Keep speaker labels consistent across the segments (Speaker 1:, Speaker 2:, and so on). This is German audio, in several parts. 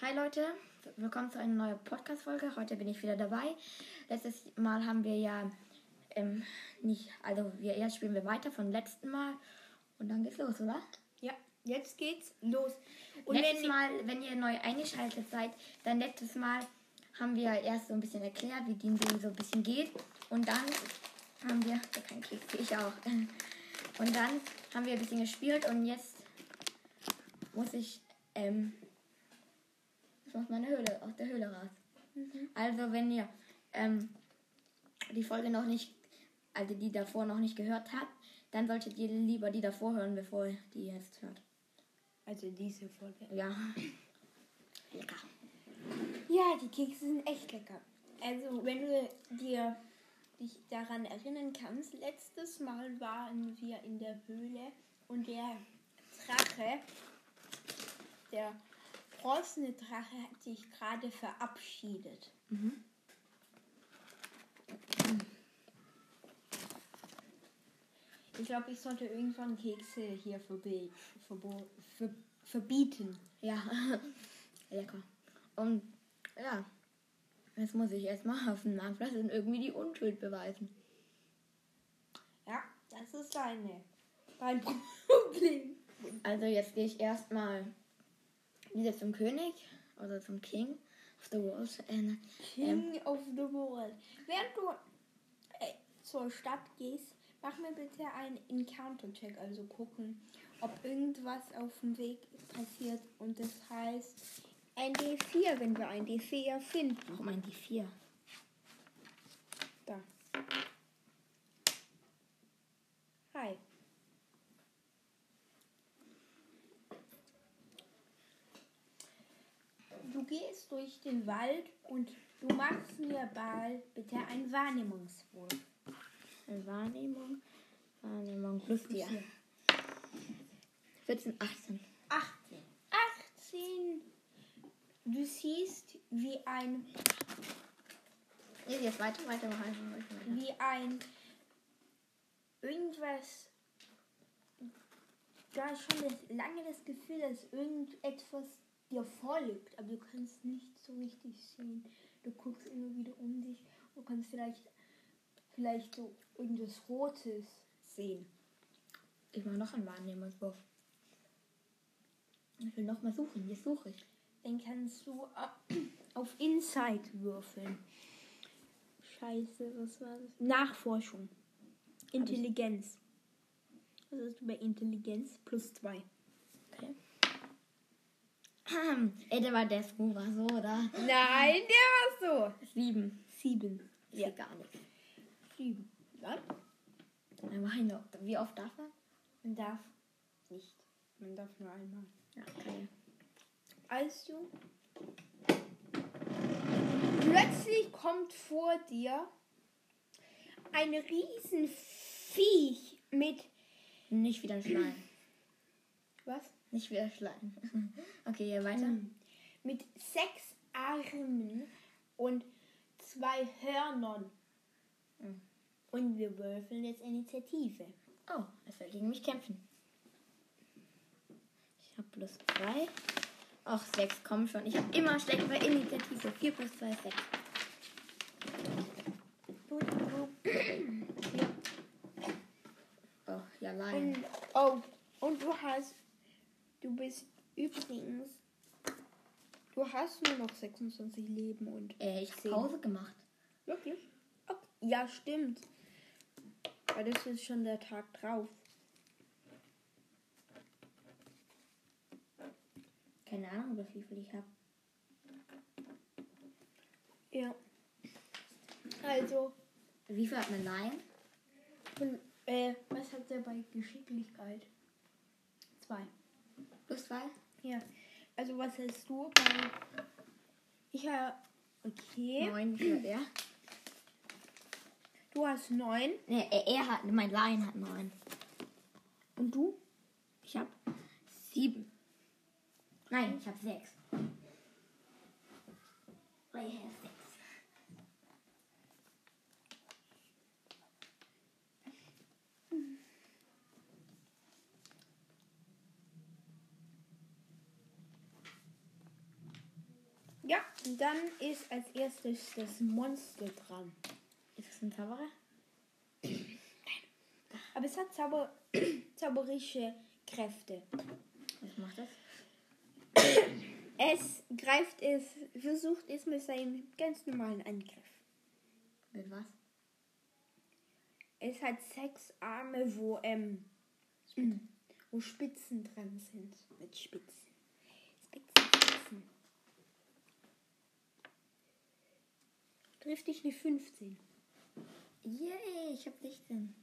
Speaker 1: Hi Leute, willkommen zu einer neuen Podcast-Folge. Heute bin ich wieder dabei. Letztes Mal haben wir ja ähm, nicht, also wir erst spielen wir weiter vom letzten Mal und dann geht's los, oder?
Speaker 2: Ja, jetzt geht's los. Und
Speaker 1: letztes
Speaker 2: wenn
Speaker 1: Mal, wenn ihr neu eingeschaltet seid, dann letztes Mal haben wir erst so ein bisschen erklärt, wie die Idee so ein bisschen geht. Und dann haben wir, der kann Keks, ich auch. Und dann haben wir ein bisschen gespielt und jetzt muss ich, ähm, ich muss meine Höhle, aus der Höhle raus.
Speaker 2: Mhm.
Speaker 1: Also wenn ihr ähm, die Folge noch nicht, also die davor noch nicht gehört habt, dann solltet ihr lieber die davor hören, bevor ihr die jetzt hört.
Speaker 2: also diese Folge.
Speaker 1: Ja. Lecker.
Speaker 2: Ja, die Kekse sind echt lecker. Also wenn du dir dich daran erinnern kannst, letztes Mal waren wir in der Höhle und der Drache, der bronzene Drache hat sich gerade verabschiedet. Ich glaube, ich sollte irgendwann Kekse hier verbi verbo ver verbieten.
Speaker 1: Ja. Lecker. Und ja. Jetzt muss ich erstmal auf den Marktplatz und irgendwie die Unschuld beweisen.
Speaker 2: Ja, das ist deine, dein Problem.
Speaker 1: Also jetzt gehe ich erstmal wieder zum König oder zum King of the World. Äh,
Speaker 2: King of the World. Während du äh, zur Stadt gehst, mach mir bitte einen Encounter-Check, also gucken, ob irgendwas auf dem Weg passiert. Und das heißt ein D4, wenn wir ein D4 finden.
Speaker 1: warum ein D4?
Speaker 2: Da. Hi. Du gehst durch den Wald und du machst mir bald bitte ein Wahrnehmungswurf.
Speaker 1: Äh, Wahrnehmung. Wahrnehmung. Plus dir. 14, 18.
Speaker 2: 18. 18. Du siehst, wie ein,
Speaker 1: Geht jetzt weiter, weiter, weiter, weiter. weiter.
Speaker 2: wie ein irgendwas. Du hast schon das, lange das Gefühl, dass irgendetwas dir folgt, aber du kannst nicht so richtig sehen. Du guckst immer wieder um dich. Du kannst vielleicht, vielleicht so irgendwas Rotes sehen.
Speaker 1: Ich mache noch einen Wahrnehmungswurf. Ich will nochmal suchen. Jetzt suche ich.
Speaker 2: Dann kannst du äh, auf Insight würfeln. Scheiße, was war das? Nachforschung. Intelligenz. Was hast du bei Intelligenz? Plus zwei.
Speaker 1: Ähm, Ey, der war der Schuh, war so, oder?
Speaker 2: Nein, der war
Speaker 1: Sieben.
Speaker 2: so. Sieben.
Speaker 1: Ist ja. gar nichts.
Speaker 2: Sieben. Was?
Speaker 1: Dann mach ich noch. Wie oft darf er?
Speaker 2: Man darf nicht. Man darf nur einmal.
Speaker 1: Ja, okay.
Speaker 2: als du plötzlich kommt vor dir ein Riesenviech mit
Speaker 1: Nicht wieder ein Schleim.
Speaker 2: was?
Speaker 1: Nicht wieder ein Schleim. okay, hier weiter.
Speaker 2: Mit sechs Armen und zwei Hörnern. Mhm. Und wir würfeln jetzt Initiative.
Speaker 1: Oh, es will gegen mich kämpfen. Ich habe plus drei. Ach, sechs, komm schon. Ich habe immer schlecht bei Initiative. Vier plus zwei, ist sechs. Oh, ja, leider.
Speaker 2: Und, oh, und du hast, du bist übrigens, du hast nur noch 26 Leben und
Speaker 1: Äh, ich habe
Speaker 2: Zehn.
Speaker 1: Pause gemacht.
Speaker 2: Wirklich? Okay. Ja, stimmt. Aber das ist schon der Tag drauf.
Speaker 1: Keine Ahnung, wie viel ich habe.
Speaker 2: Ja. Also,
Speaker 1: Wie viel hat man Lion?
Speaker 2: und, äh, was hat der bei Geschicklichkeit? Zwei.
Speaker 1: Plus zwei?
Speaker 2: Ja. Also, was hast du bei. Ich habe. Okay.
Speaker 1: Neun, wie viel hat er?
Speaker 2: Du hast neun.
Speaker 1: Ne, er, er hat, mein Lion hat neun.
Speaker 2: Und du?
Speaker 1: Ich habe sieben. Nein, ich habe sechs. I have sechs.
Speaker 2: Ja, dann ist als erstes das Monster dran.
Speaker 1: Ist das ein Zauberer?
Speaker 2: Aber es hat Zauber zauberische Kräfte.
Speaker 1: Was macht das?
Speaker 2: Es greift es, versucht es mit seinem ganz normalen Angriff.
Speaker 1: Mit was?
Speaker 2: Es hat sechs Arme, wo, ähm, Spitzen. wo Spitzen dran sind. Mit Spitzen. Spitzen, Spitzen. Trifft dich eine 15.
Speaker 1: Yay, ich hab 16.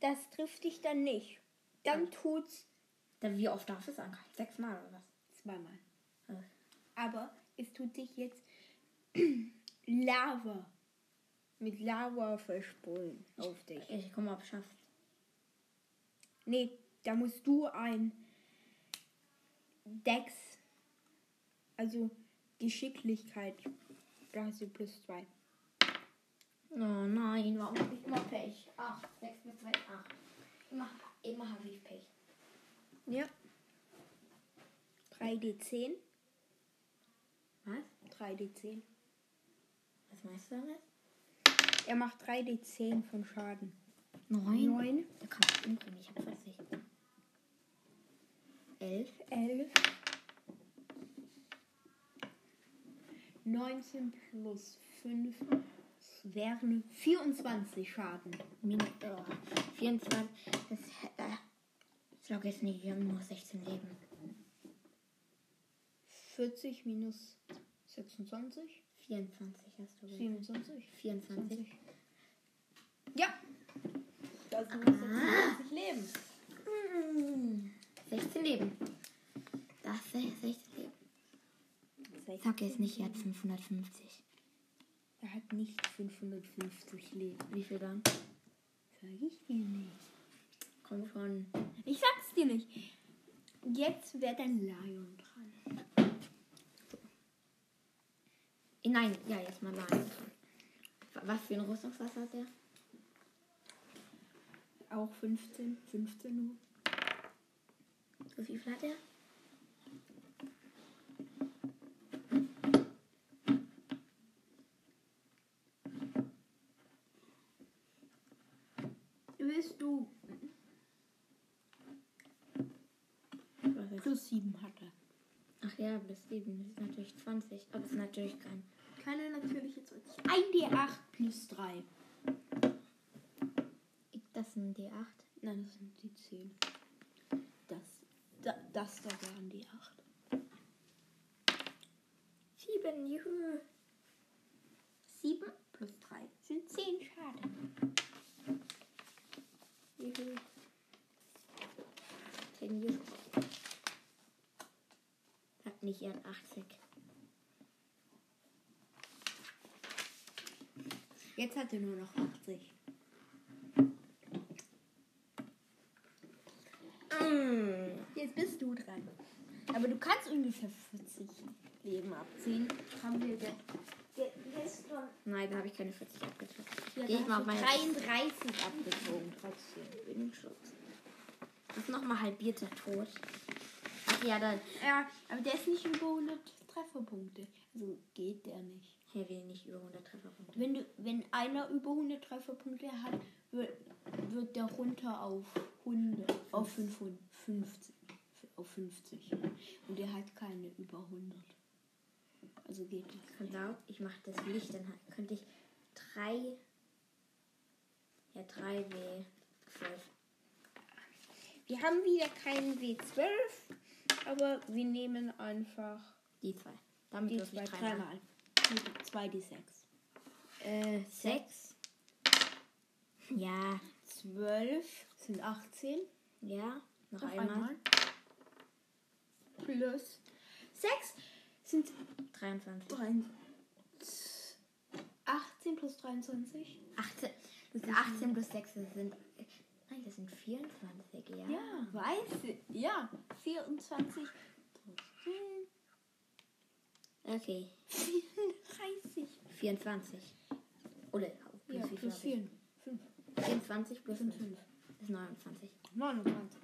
Speaker 2: Das trifft dich dann nicht. Dann tut's
Speaker 1: Da, wie oft darf es angreifen? Sechsmal oder was?
Speaker 2: zweimal.
Speaker 1: Ah.
Speaker 2: Aber es tut dich jetzt Lava. Mit Lava versprühen auf dich.
Speaker 1: Also, Ich guck mal, ob ich schaff's.
Speaker 2: Nee, da musst du ein Dex, also Geschicklichkeit. Da hast du plus zwei.
Speaker 1: Oh nein, warum hab ich immer Pech? Ach, 6 mit 2 ist 8. Immer, immer habe ich Pech.
Speaker 2: Ja. 3D10.
Speaker 1: Was?
Speaker 2: 3D10.
Speaker 1: Was meinst du damit?
Speaker 2: Er macht 3D10 von Schaden.
Speaker 1: 9.
Speaker 2: Neun.
Speaker 1: Da kann ich umbringen, ich hab fast nicht. 11.
Speaker 2: 11. 19 plus 5 wären 24 Schaden.
Speaker 1: Minus oh, 24. Das, äh, ich glaube jetzt nicht, wir haben nur 16 Leben.
Speaker 2: 40 minus 26?
Speaker 1: 24 hast du gesagt.
Speaker 2: 27?
Speaker 1: 24.
Speaker 2: Ja. Ah. Das sind 26 Leben.
Speaker 1: 16 Leben. Das ist 16 Leben. Ich sag jetzt nicht, er hat 550.
Speaker 2: Er hat nicht 550 Leben.
Speaker 1: Wie viel dann?
Speaker 2: Sag ich dir nicht.
Speaker 1: Komm schon. Äh,
Speaker 2: Ich sag's dir nicht. Jetzt wäre dein Lion dran.
Speaker 1: Eh, Nein, ja, jetzt mal nein. Wa- Was für ein Rüstungswasser hat der?
Speaker 2: Auch 15, 15 Uhr.
Speaker 1: So wie viel hat er?
Speaker 2: Willst du
Speaker 1: Was ist-
Speaker 2: plus 7 hatte?
Speaker 1: Ach ja, bis 7 das ist natürlich 20. Aber es ist natürlich kein.
Speaker 2: Keine natürliche 20. 1D8 plus 3.
Speaker 1: Ich- Das sind die 8.
Speaker 2: Nein, das sind die 10. Das, da, das da waren die 8.
Speaker 1: 7, juhu.
Speaker 2: 7 plus 3 sind 10 Schaden.
Speaker 1: Juhu. 10 juhu. Hat nicht ihren 80.
Speaker 2: Jetzt hat er nur noch 80.
Speaker 1: Mm.
Speaker 2: Jetzt bist du dran. Aber du kannst ungefähr 40 Leben abziehen. Haben wir der, der, der ist schon
Speaker 1: Nein, da habe ich keine 40 abgetroffen.
Speaker 2: ja,
Speaker 1: Geh
Speaker 2: da
Speaker 1: ich mal auf meine-
Speaker 2: hast du 33 abgezogen trotzdem.
Speaker 1: Schutz. Das ist nochmal halbierter Tod. Ach ja, dann.
Speaker 2: Ja, aber der ist nicht über 100 Trefferpunkte. Also geht der nicht.
Speaker 1: Er will nicht über 100 Trefferpunkte.
Speaker 2: Wenn, du, wenn einer über 100 Trefferpunkte hat, wird, wird der runter auf 100, auf 55, auf 50. Und er hat keine über 100. Also geht das.
Speaker 1: Und da, ich mache das Licht, dann ha- könnte ich drei. Ja, drei W. Zwölf.
Speaker 2: Wir haben wieder keinen W12, aber wir nehmen einfach
Speaker 1: Die zwei. Damit
Speaker 2: die
Speaker 1: würfel
Speaker 2: zwei
Speaker 1: ich dreimal.
Speaker 2: dreimal. Mit 2 die 6.
Speaker 1: Äh, sechs. Ja.
Speaker 2: 12 sind 18.
Speaker 1: Ja. Noch,
Speaker 2: Noch
Speaker 1: einmal.
Speaker 2: einmal. Plus 6 sind
Speaker 1: 23.
Speaker 2: 18 plus 23?
Speaker 1: 18. Das sind 18 plus 6 das sind. Nein, das sind 24, ja.
Speaker 2: weiß ich. Ja, 24.
Speaker 1: Okay.
Speaker 2: 34.
Speaker 1: 24. Oder oh, plus
Speaker 2: Ja,
Speaker 1: wie viel
Speaker 2: plus
Speaker 1: hab ich?
Speaker 2: 4. 5.
Speaker 1: 24 plus
Speaker 2: Sind
Speaker 1: 5.
Speaker 2: fünf.
Speaker 1: Das ist 29.
Speaker 2: 29.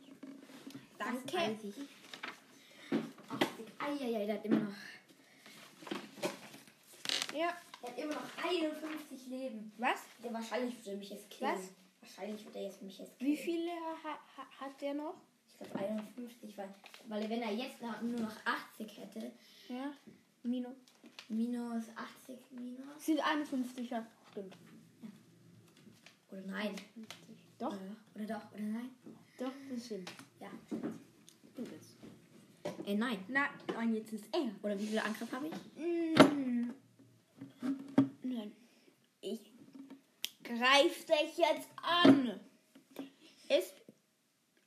Speaker 1: Das weiß ich. Ach, Eieiei, der hat immer noch
Speaker 2: Ja.
Speaker 1: Er hat immer noch 51 Leben.
Speaker 2: Was?
Speaker 1: Ja, wahrscheinlich würde mich jetzt killen.
Speaker 2: Was?
Speaker 1: Wahrscheinlich würde er jetzt mich jetzt killen.
Speaker 2: Wie viele ha ha hat der noch?
Speaker 1: Ich glaube 51, weil, weil wenn er jetzt noch- nur noch 80 hätte,
Speaker 2: Ja. Minus.
Speaker 1: minus 80 minus.
Speaker 2: Sind 51, ja. Stimmt.
Speaker 1: Oder nein.
Speaker 2: Doch,
Speaker 1: Oder, oder doch, oder nein?
Speaker 2: doch, das stimmt.
Speaker 1: Ja.
Speaker 2: Stimmt jetzt.
Speaker 1: Äh, nein.
Speaker 2: Na, nein, jetzt ist er.
Speaker 1: Oder wie viele Angriff habe ich?
Speaker 2: Mm. Nein. Ich greif dich jetzt an. Erst-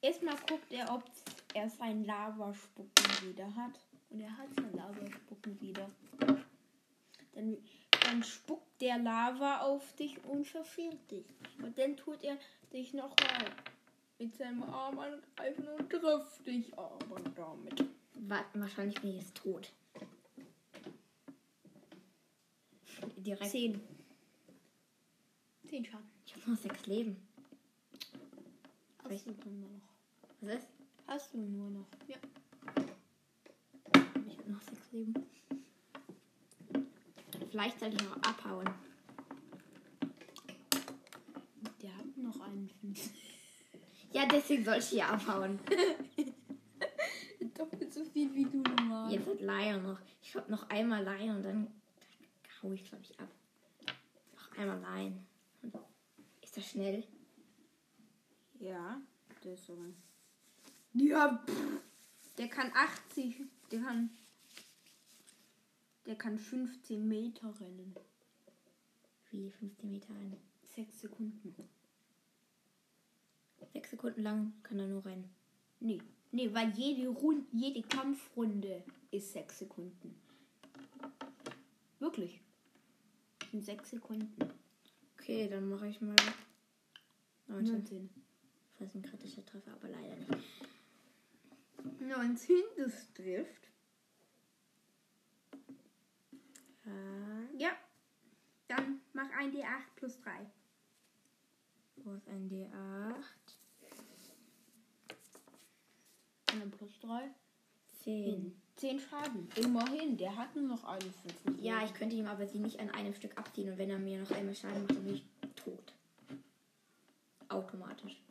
Speaker 2: Erstmal guckt er, ob er sein Lavaspucken wieder hat. Und er hat sein Lavaspucken wieder. Dann, dann spuckt der Lava auf dich und verfehlt dich. Und dann tut er dich nochmal mit seinem Arm angreifen und trifft dich Oh aber damit.
Speaker 1: Wa wahrscheinlich bin ich jetzt tot. Direkt.
Speaker 2: Zehn. Zehn Schaden.
Speaker 1: Ich habe noch sechs Leben.
Speaker 2: Hast du nur noch.
Speaker 1: Was ist?
Speaker 2: Hast du nur noch. Ja.
Speaker 1: Ich habe noch sechs Leben. Vielleicht sollte ich noch abhauen.
Speaker 2: Der hat noch einen Fünf.
Speaker 1: Ja, deswegen soll ich hier abhauen.
Speaker 2: Doppelt so viel wie du normal.
Speaker 1: Jetzt hat Lion noch. Ich glaube noch einmal Lion und dann hau ich, glaube ich, ab. Noch einmal Lion. Ist das schnell?
Speaker 2: Ja, der ist sogar. Ja, pff. der kann 80. Der kann. Der kann 15 Meter rennen.
Speaker 1: Wie 15 Meter ein.
Speaker 2: Sechs Sekunden.
Speaker 1: Sechs Sekunden lang kann er nur rennen.
Speaker 2: Nee. Nee, weil jede, Rund, jede Kampfrunde ist sechs Sekunden. Wirklich. Sind sechs Sekunden.
Speaker 1: Okay, dann mache ich mal 19.
Speaker 2: 19.
Speaker 1: Das ist ein kritischer Treffer, aber leider nicht.
Speaker 2: 19, das trifft.
Speaker 1: Äh,
Speaker 2: Ja. Dann mach ein D8 plus 3.
Speaker 1: wo ist ein D8?
Speaker 2: Und dann plus 3.
Speaker 1: 10.
Speaker 2: 10 Schaden. Immerhin, der hat nur noch eine 5.
Speaker 1: Ja, ich könnte ihm aber sie nicht an einem Stück abziehen und wenn er mir noch einmal Schaden macht, dann bin ich tot. Automatisch.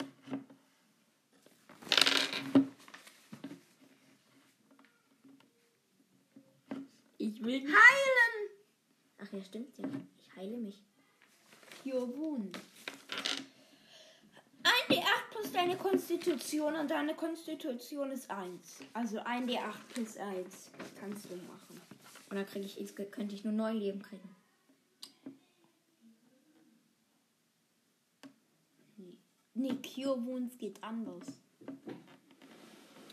Speaker 1: Ich will nicht.
Speaker 2: Heilen!
Speaker 1: Ach ja, stimmt ja. Ich heile mich.
Speaker 2: Jowun. Ein D8 plus deine Konstitution und deine Konstitution ist 1. Also ein D8 plus 1 kannst du machen.
Speaker 1: Und dann kriege ich insge- könnte ich nur neu Leben kriegen.
Speaker 2: Nee, Cure Wounds geht anders.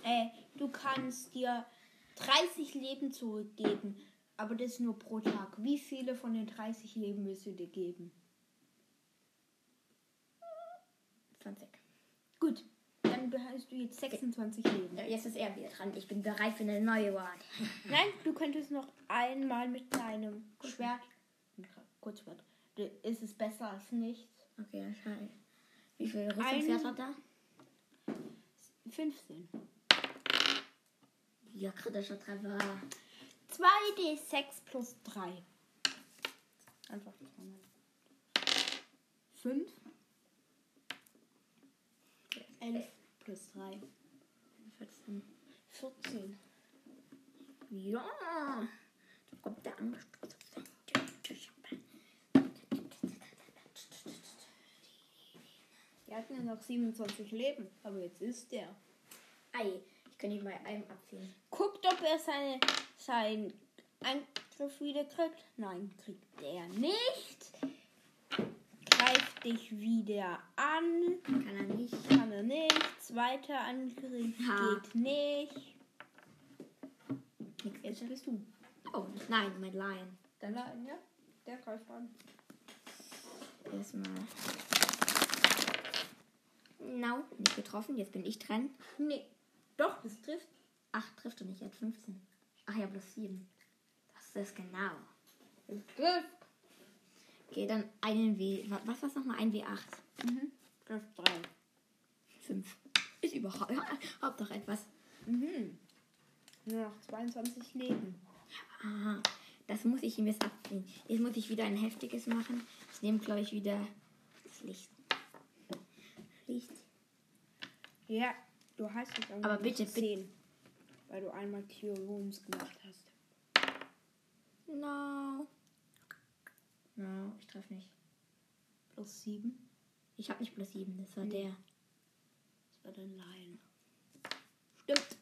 Speaker 2: Äh, du kannst dir 30 Leben zurückgeben, aber das nur pro Tag. Wie viele von den 30 Leben willst du dir geben?
Speaker 1: 20.
Speaker 2: Gut, dann hast du jetzt 26 Leben.
Speaker 1: Ja, Jetzt ist er wieder dran. Ich bin bereit für eine neue Ward.
Speaker 2: Nein, du könntest noch einmal mit deinem Schwert. Kurzschwert. Du- Ist es besser als nichts?
Speaker 1: Okay, dann schade. Wie viel Rüstungswert hat er?
Speaker 2: 15.
Speaker 1: Ja, kritischer Treffer.
Speaker 2: 2d6 plus 3. Einfach zweimal. 5. 11 plus 3.
Speaker 1: 14.
Speaker 2: 14.
Speaker 1: Ja. Da kommt der angestoßen.
Speaker 2: Wir hatten ja noch 27 Leben, aber jetzt ist der.
Speaker 1: Ei, ich kann ihn bei einem abziehen.
Speaker 2: Guckt, ob er seine, seinen Angriff wieder kriegt. Nein, kriegt er nicht. Greift dich wieder an.
Speaker 1: Kann er nicht.
Speaker 2: Kann er nicht. Zweiter Angriff
Speaker 1: Ha.
Speaker 2: geht nicht.
Speaker 1: Nix
Speaker 2: Jetzt
Speaker 1: bitte.
Speaker 2: bist du.
Speaker 1: Oh, nein, mein Lion.
Speaker 2: Dann ja, der greift an.
Speaker 1: Erstmal. Genau, nicht getroffen. Jetzt bin ich dran.
Speaker 2: Nee. Doch, das trifft.
Speaker 1: Ach, trifft er nicht. Er hat 15. Ach ja, plus 7. Das ist genau.
Speaker 2: Das trifft.
Speaker 1: Okay, dann einen W. wa- Was war es nochmal? Ein W8.
Speaker 2: Mhm. Trifft drei.
Speaker 1: 5. Ist überhaupt. Hauptsache etwas.
Speaker 2: Mhm. Nur noch 22 Leben.
Speaker 1: Ah, Das muss ich ihm jetzt abziehen. Jetzt muss ich wieder ein heftiges machen. Ich nehme, glaube ich, wieder das Licht. Licht.
Speaker 2: Ja, du hast es
Speaker 1: Aber bitte, bitte.
Speaker 2: sehen, weil du einmal Theorums gemacht hast.
Speaker 1: No. No, ich treffe nicht.
Speaker 2: Plus 7.
Speaker 1: Ich habe nicht plus 7, das war
Speaker 2: Nee.
Speaker 1: der.
Speaker 2: Das war dann Lion. Stimmt.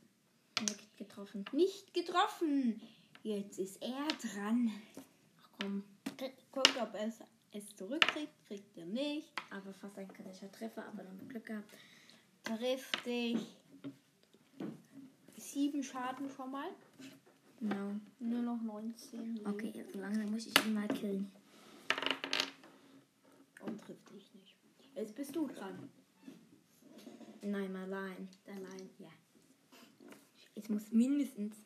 Speaker 1: Direkt getroffen.
Speaker 2: Nicht getroffen. Jetzt ist er dran.
Speaker 1: Ach komm,
Speaker 2: Guckt, ob er es- es zurückkriegt. Kriegt er nicht.
Speaker 1: aber fast ein kritischer Treffer, aber noch Glück gehabt.
Speaker 2: Trifft dich. Sieben Schaden schon mal.
Speaker 1: No.
Speaker 2: Nur noch 19. liegen.
Speaker 1: Okay, jetzt langsam muss ich ihn mal killen.
Speaker 2: Und trifft dich nicht. Jetzt bist du dran.
Speaker 1: Nein, mal rein.
Speaker 2: Dann nein. Ja.
Speaker 1: Ich muss mindestens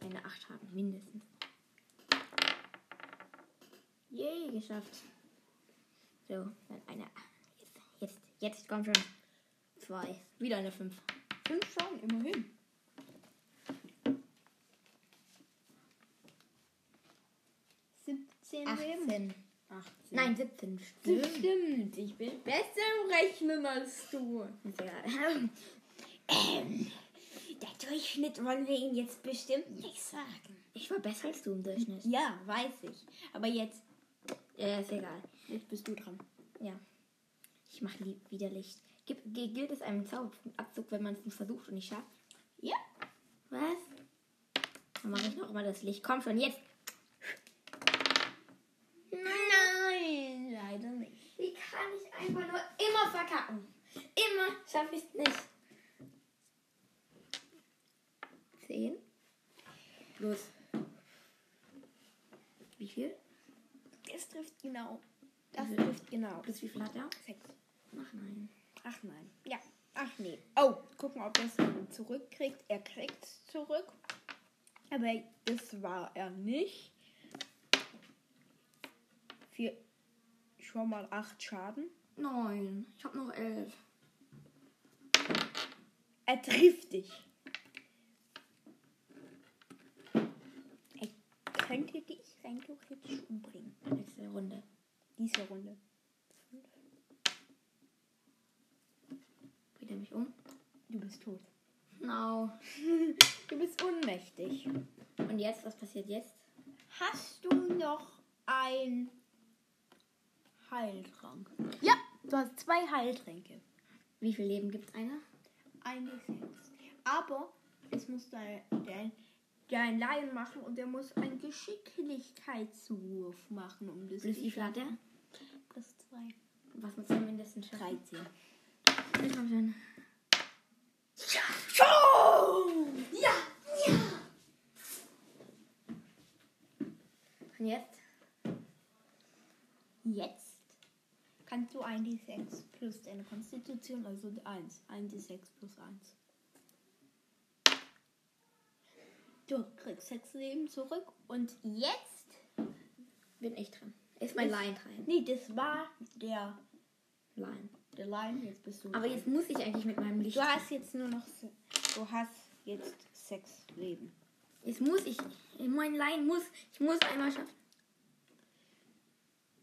Speaker 1: eine 8 haben, mindestens. Yay, geschafft. So, dann eine. Jetzt, jetzt, jetzt kommt schon. Zwei. Wieder eine 5.
Speaker 2: Fünf Schaden, immerhin. Siebzehn Leben.
Speaker 1: 18.
Speaker 2: Achtzehn.
Speaker 1: Nein, 17.
Speaker 2: Das
Speaker 1: Stimmt.
Speaker 2: stimmt. Ich bin besser im Rechnen als du.
Speaker 1: Ist egal.
Speaker 2: Der Durchschnitt wollen wir Ihnen jetzt bestimmt nicht sagen.
Speaker 1: Ich war besser als du im Durchschnitt.
Speaker 2: Ja, weiß ich. Aber jetzt,
Speaker 1: Ja, ist egal.
Speaker 2: jetzt bist du dran.
Speaker 1: Ja. Ich mache wieder Licht. Gib, ge- gilt es einem Zauberabzug, wenn man es versucht und nicht schafft?
Speaker 2: Ja.
Speaker 1: Was? Dann mache ich noch mal das Licht. Komm schon, jetzt.
Speaker 2: Nein, leider nicht.
Speaker 1: Wie kann ich einfach nur immer verkacken? Immer schaffe ich es nicht. Zehn. Plus. Wie viel?
Speaker 2: Das trifft genau. Das
Speaker 1: Mhm.
Speaker 2: trifft genau.
Speaker 1: Plus wie viel hat er?
Speaker 2: Sechs.
Speaker 1: Ach nein.
Speaker 2: Ach nein. Ja. Ach nee. Oh, gucken, ob er es zurückkriegt. Er kriegt es zurück. Aber das war er nicht. Vier, schon mal acht Schaden.
Speaker 1: Neun. Ich habe noch elf.
Speaker 2: Er trifft dich. Er könnte dich rein theoretisch umbringen.
Speaker 1: Nächste Runde.
Speaker 2: Diese Runde.
Speaker 1: Bringt er mich um?
Speaker 2: Du bist tot.
Speaker 1: No.
Speaker 2: Du bist ohnmächtig.
Speaker 1: Und jetzt? Was passiert jetzt?
Speaker 2: Hast du noch ein Heiltrank? Ja, du hast zwei Heiltränke.
Speaker 1: Wie viel Leben gibt einer?
Speaker 2: Ein bis sechs. Aber es muss dein, dein, dein Lion machen und er muss einen Geschicklichkeitswurf machen, um das
Speaker 1: Plus wie viel hat er?
Speaker 2: Plus zwei.
Speaker 1: Was muss er mindestens schaffen?
Speaker 2: 13.
Speaker 1: Drei. Komm schon.
Speaker 2: Ja!
Speaker 1: Und jetzt?
Speaker 2: Jetzt kannst du 1d6 plus deine Konstitution, also 1. 1d6 plus 1. Du kriegst 6 Leben zurück und jetzt.
Speaker 1: Bin ich dran. Ist mein
Speaker 2: Ist-
Speaker 1: Lion dran.
Speaker 2: Nee, das war der,
Speaker 1: Lion.
Speaker 2: der Lion, jetzt bist du.
Speaker 1: Aber
Speaker 2: dran.
Speaker 1: jetzt muss ich eigentlich mit meinem Licht.
Speaker 2: Du hast jetzt nur noch. se- Du hast jetzt 6 Leben.
Speaker 1: Jetzt muss ich. Mein Lion muss. Ich muss einmal schaffen.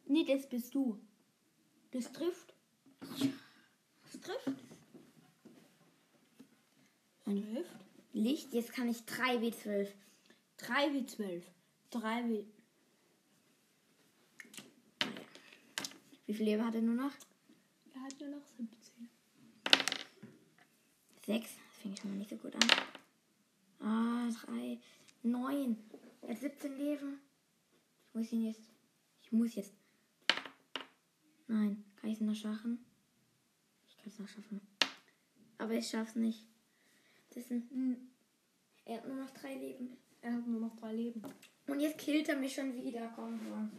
Speaker 2: Nee, das bist du. Das trifft. Das trifft. Das trifft.
Speaker 1: Licht, jetzt kann ich 3 W12.
Speaker 2: 3 wie 12. 3 wie.
Speaker 1: Naja. Wie viel Leben hat er nur noch?
Speaker 2: Er hat nur noch 17.
Speaker 1: 6. Das fängt schon mal nicht so gut an. Ah, 3. 9. Er hat 17 Leben. Ich muss ihn jetzt. Ich muss jetzt. Nein. Kann ich es noch schaffen? Ich kann es noch schaffen. Aber ich schaff's nicht. Das sind. Er hat nur noch 3 Leben.
Speaker 2: Er hat nur noch 3 Leben.
Speaker 1: Und jetzt killt er mich schon wieder. Komm schon.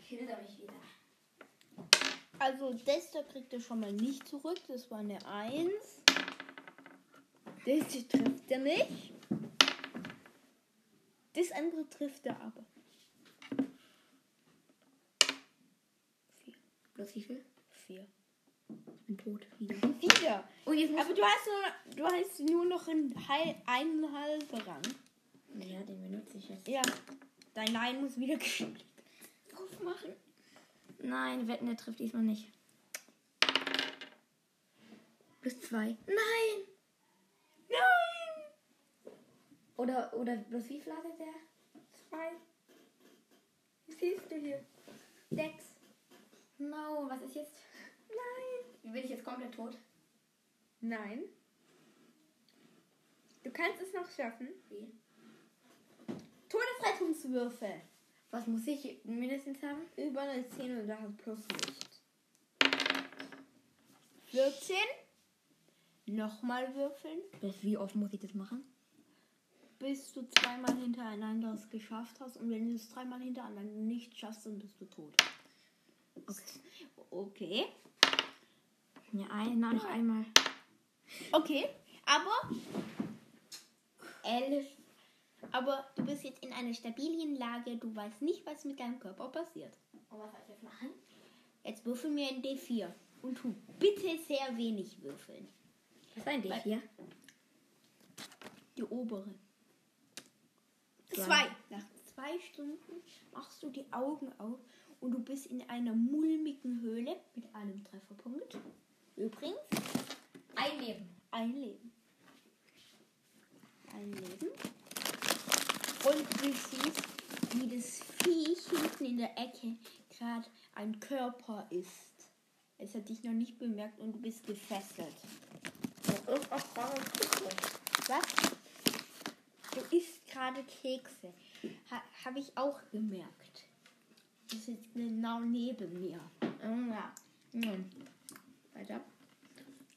Speaker 1: Killt er mich wieder.
Speaker 2: Also, das da kriegt er schon mal nicht zurück. Das war eine 1. Das hier trifft er nicht. Das andere trifft er aber.
Speaker 1: Plus wie viel?
Speaker 2: 4.
Speaker 1: Ich bin tot. Wieder.
Speaker 2: Wieder.
Speaker 1: Oh, jetzt muss
Speaker 2: Aber du hast nur, du hast nur noch einen, Heil, einen halben Rang.
Speaker 1: Ja, den benutze ich Ähnliches.
Speaker 2: Ja. Dein Nein muss wieder geschickt aufmachen.
Speaker 1: Nein, wetten, der trifft diesmal nicht. Plus zwei. Nein!
Speaker 2: Nein!
Speaker 1: Oder, oder plus wie viel hatte der?
Speaker 2: Zwei. Was siehst du hier? Sechs.
Speaker 1: No, was ist jetzt?
Speaker 2: Nein.
Speaker 1: Bin ich jetzt komplett tot?
Speaker 2: Nein. Du kannst es noch schaffen.
Speaker 1: Wie?
Speaker 2: Todesrettungswürfe.
Speaker 1: Was muss ich mindestens haben?
Speaker 2: Über eine 10 und da hat plus nicht. 14. Nochmal würfeln,
Speaker 1: Bis wie oft muss ich das machen?
Speaker 2: bis du zweimal hintereinander es geschafft hast. Und wenn du es dreimal hintereinander nicht schaffst, dann bist du tot.
Speaker 1: Okay.
Speaker 2: Okay.
Speaker 1: Ja, ein, na, noch einmal.
Speaker 2: Okay. Aber. Elf. Aber du bist jetzt in einer stabilen Lage. Du weißt nicht, was mit deinem Körper passiert.
Speaker 1: Und was soll ich jetzt machen?
Speaker 2: Jetzt würfel mir ein D4. Und tu bitte sehr wenig würfeln.
Speaker 1: Was ist ein D4?
Speaker 2: Die obere.
Speaker 1: Zwei.
Speaker 2: Zwei. Nach zwei Stunden machst du die Augen auf und du bist in einer mulmigen Höhle mit einem Trefferpunkt. Übrigens,
Speaker 1: Ein Leben.
Speaker 2: ein Leben. Ein Leben. Und du siehst, wie das Viech hinten in der Ecke gerade ein Körper ist. Es hat dich noch nicht bemerkt und du bist gefesselt. Was? Du isst gerade Kekse. Ha, Habe ich auch gemerkt. Du sitzt genau neben mir.
Speaker 1: Ja. Weiter.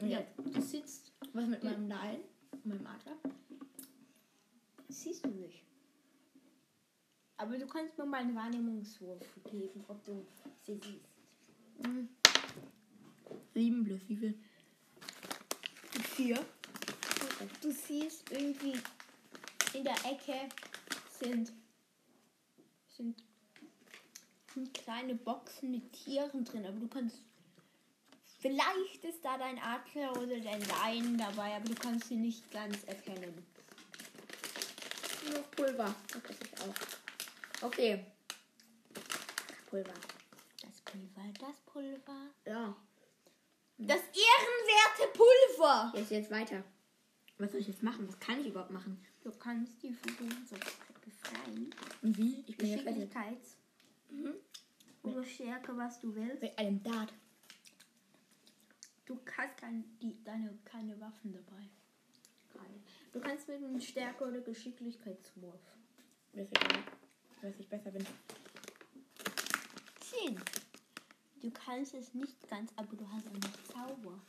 Speaker 2: Ja. Du sitzt.
Speaker 1: Was mit meinem Nein? Meinem Adler?
Speaker 2: Siehst du nicht. Aber du kannst mir mal einen Wahrnehmungswurf geben, ob du sie siehst.
Speaker 1: Sieben plus wie viel?
Speaker 2: Vier. Du siehst irgendwie in der Ecke sind, sind, sind kleine Boxen mit Tieren drin, aber du kannst. Vielleicht ist da dein Adler oder dein Lion dabei, aber du kannst sie nicht ganz erkennen.
Speaker 1: Nur Pulver. Das esse ich auch. Okay. Pulver.
Speaker 2: Das Pulver, das Pulver.
Speaker 1: Ja.
Speaker 2: Das ehrenwerte Pulver!
Speaker 1: Jetzt jetzt weiter. Was soll ich jetzt machen? Was kann ich überhaupt machen?
Speaker 2: Du kannst die Figuren so befreien.
Speaker 1: Und wie? Ich bin jetzt fertig.
Speaker 2: Geschicklichkeits- Mhm. oder Stärke, was du willst.
Speaker 1: Mit einem Dart.
Speaker 2: Du hast kein, die, deine, keine Waffen dabei. Gerade. Du kannst mit einem Stärke- oder Geschicklichkeitswurf.
Speaker 1: Das ist egal. Ich weiß, ich besser bin.
Speaker 2: 10. Du kannst es nicht ganz, aber du hast einen Zauber.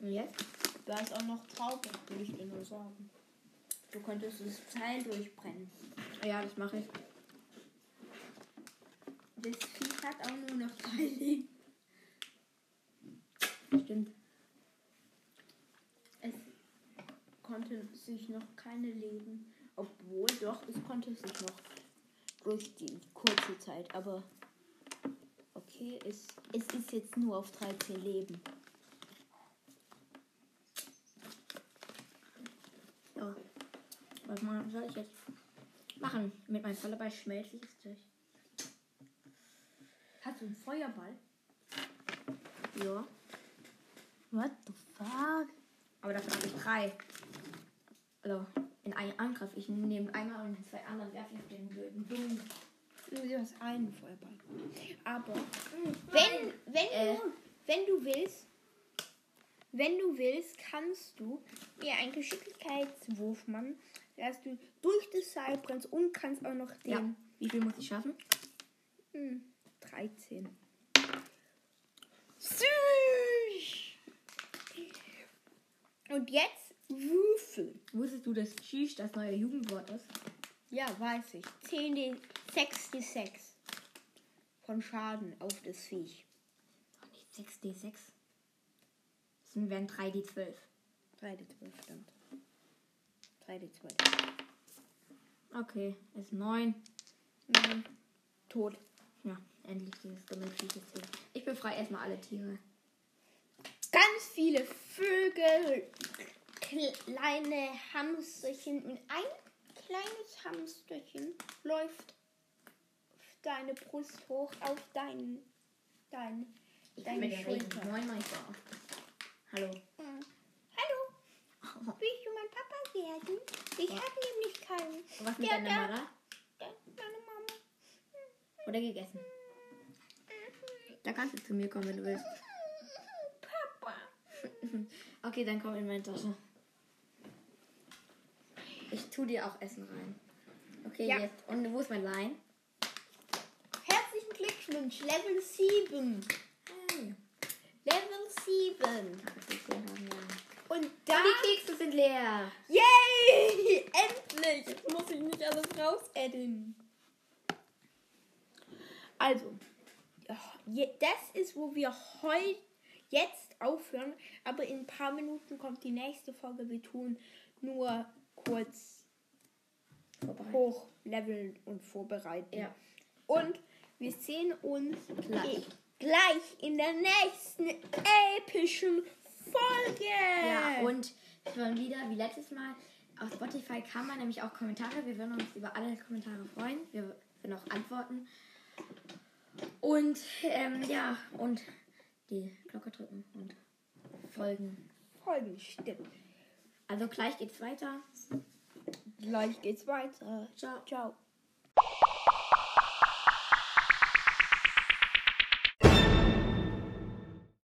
Speaker 1: Und jetzt?
Speaker 2: Du hast auch noch Zauber, will ich dir nur sagen. Du könntest das Teil durchbrennen.
Speaker 1: Ah Ja, das mache ich.
Speaker 2: Das Vieh hat auch nur noch drei Leben.
Speaker 1: Stimmt.
Speaker 2: Es konnte sich noch keine leben. Obwohl, doch, es konnte sich noch durch die kurze Zeit. Aber okay, es, es ist jetzt nur auf 13 Leben.
Speaker 1: Ja. Was ma- soll ich jetzt machen? Mit meinem Vollerball schmelze ich es durch.
Speaker 2: Hast du einen Feuerball?
Speaker 1: Ja.
Speaker 2: What the fuck?
Speaker 1: Aber davon habe ich drei. Also, in einem Angriff. Ich nehme einmal und in zwei anderen werfe ich den blöden Blumen.
Speaker 2: Du hast einen Feuerball. Aber wenn, wenn,
Speaker 1: Äh.
Speaker 2: du, wenn du willst, wenn du willst, kannst du mir einen Geschicklichkeitswurf machen, dass du durch das Seil brennst und kannst auch noch den.
Speaker 1: Ja. Wie viel muss ich schaffen?
Speaker 2: Hm, 13. Süß! Und jetzt Würfel.
Speaker 1: Wusstest du, dass Tschüss das neue Jugendwort ist?
Speaker 2: Ja, weiß ich. 10 D 6 D 6. Von Schaden auf das Viech.
Speaker 1: Ach, nicht 6D6. Das wären 3D12.
Speaker 2: 3 D 12 stimmt. 3 D 12.
Speaker 1: Okay, ist 9.
Speaker 2: Nein. Hm, Tot.
Speaker 1: Ja, endlich dieses dumme Vieh-System. Ich befreie erstmal alle Tiere.
Speaker 2: Ganz viele Vögel, kleine Hamsterchen und ein kleines Hamsterchen läuft auf deine Brust hoch auf deinen dein,
Speaker 1: Ich kann mit
Speaker 2: deine
Speaker 1: dir reden. ne?
Speaker 2: Schulter.
Speaker 1: Moin, moin, Frau. Hallo.
Speaker 2: Mhm. Hallo, willst du mein Papa werden? Ich
Speaker 1: Ja.
Speaker 2: habe nämlich keinen.
Speaker 1: Und was mit
Speaker 2: Ja,
Speaker 1: deiner
Speaker 2: da.
Speaker 1: Mama?
Speaker 2: Das ist Meine Mama.
Speaker 1: Oder gegessen? Da kannst du zu mir kommen, wenn du willst.
Speaker 2: Papa.
Speaker 1: Okay, dann komm in meine Tasche. Ich tu dir auch Essen rein. Okay,
Speaker 2: Ja.
Speaker 1: jetzt. Und wo ist mein Lein?
Speaker 2: Herzlichen Glückwunsch, Level 7.
Speaker 1: Hey.
Speaker 2: Level 7. Und da.
Speaker 1: Oh, Die Kekse sind leer.
Speaker 2: Yay! Endlich! Jetzt muss ich nicht alles rausadden. Also, ja, je- das ist, wo wir heute jetzt aufhören. Aber in ein paar Minuten kommt die nächste Folge. Wir tun nur kurz
Speaker 1: Vorbei.
Speaker 2: hochleveln und vorbereiten.
Speaker 1: Ja.
Speaker 2: Und wir sehen uns
Speaker 1: Gleich.
Speaker 2: gleich in der nächsten epischen Folge.
Speaker 1: Ja, und schon wieder wie letztes Mal. Auf Spotify kann man nämlich auch Kommentare. Wir würden uns über alle Kommentare freuen. Wir würden auch antworten. Und ähm, ja, und die Glocke drücken und folgen.
Speaker 2: Folgen stimmt.
Speaker 1: Also gleich geht's weiter.
Speaker 2: Gleich geht's weiter.
Speaker 1: Ciao.
Speaker 2: uh, Ciao.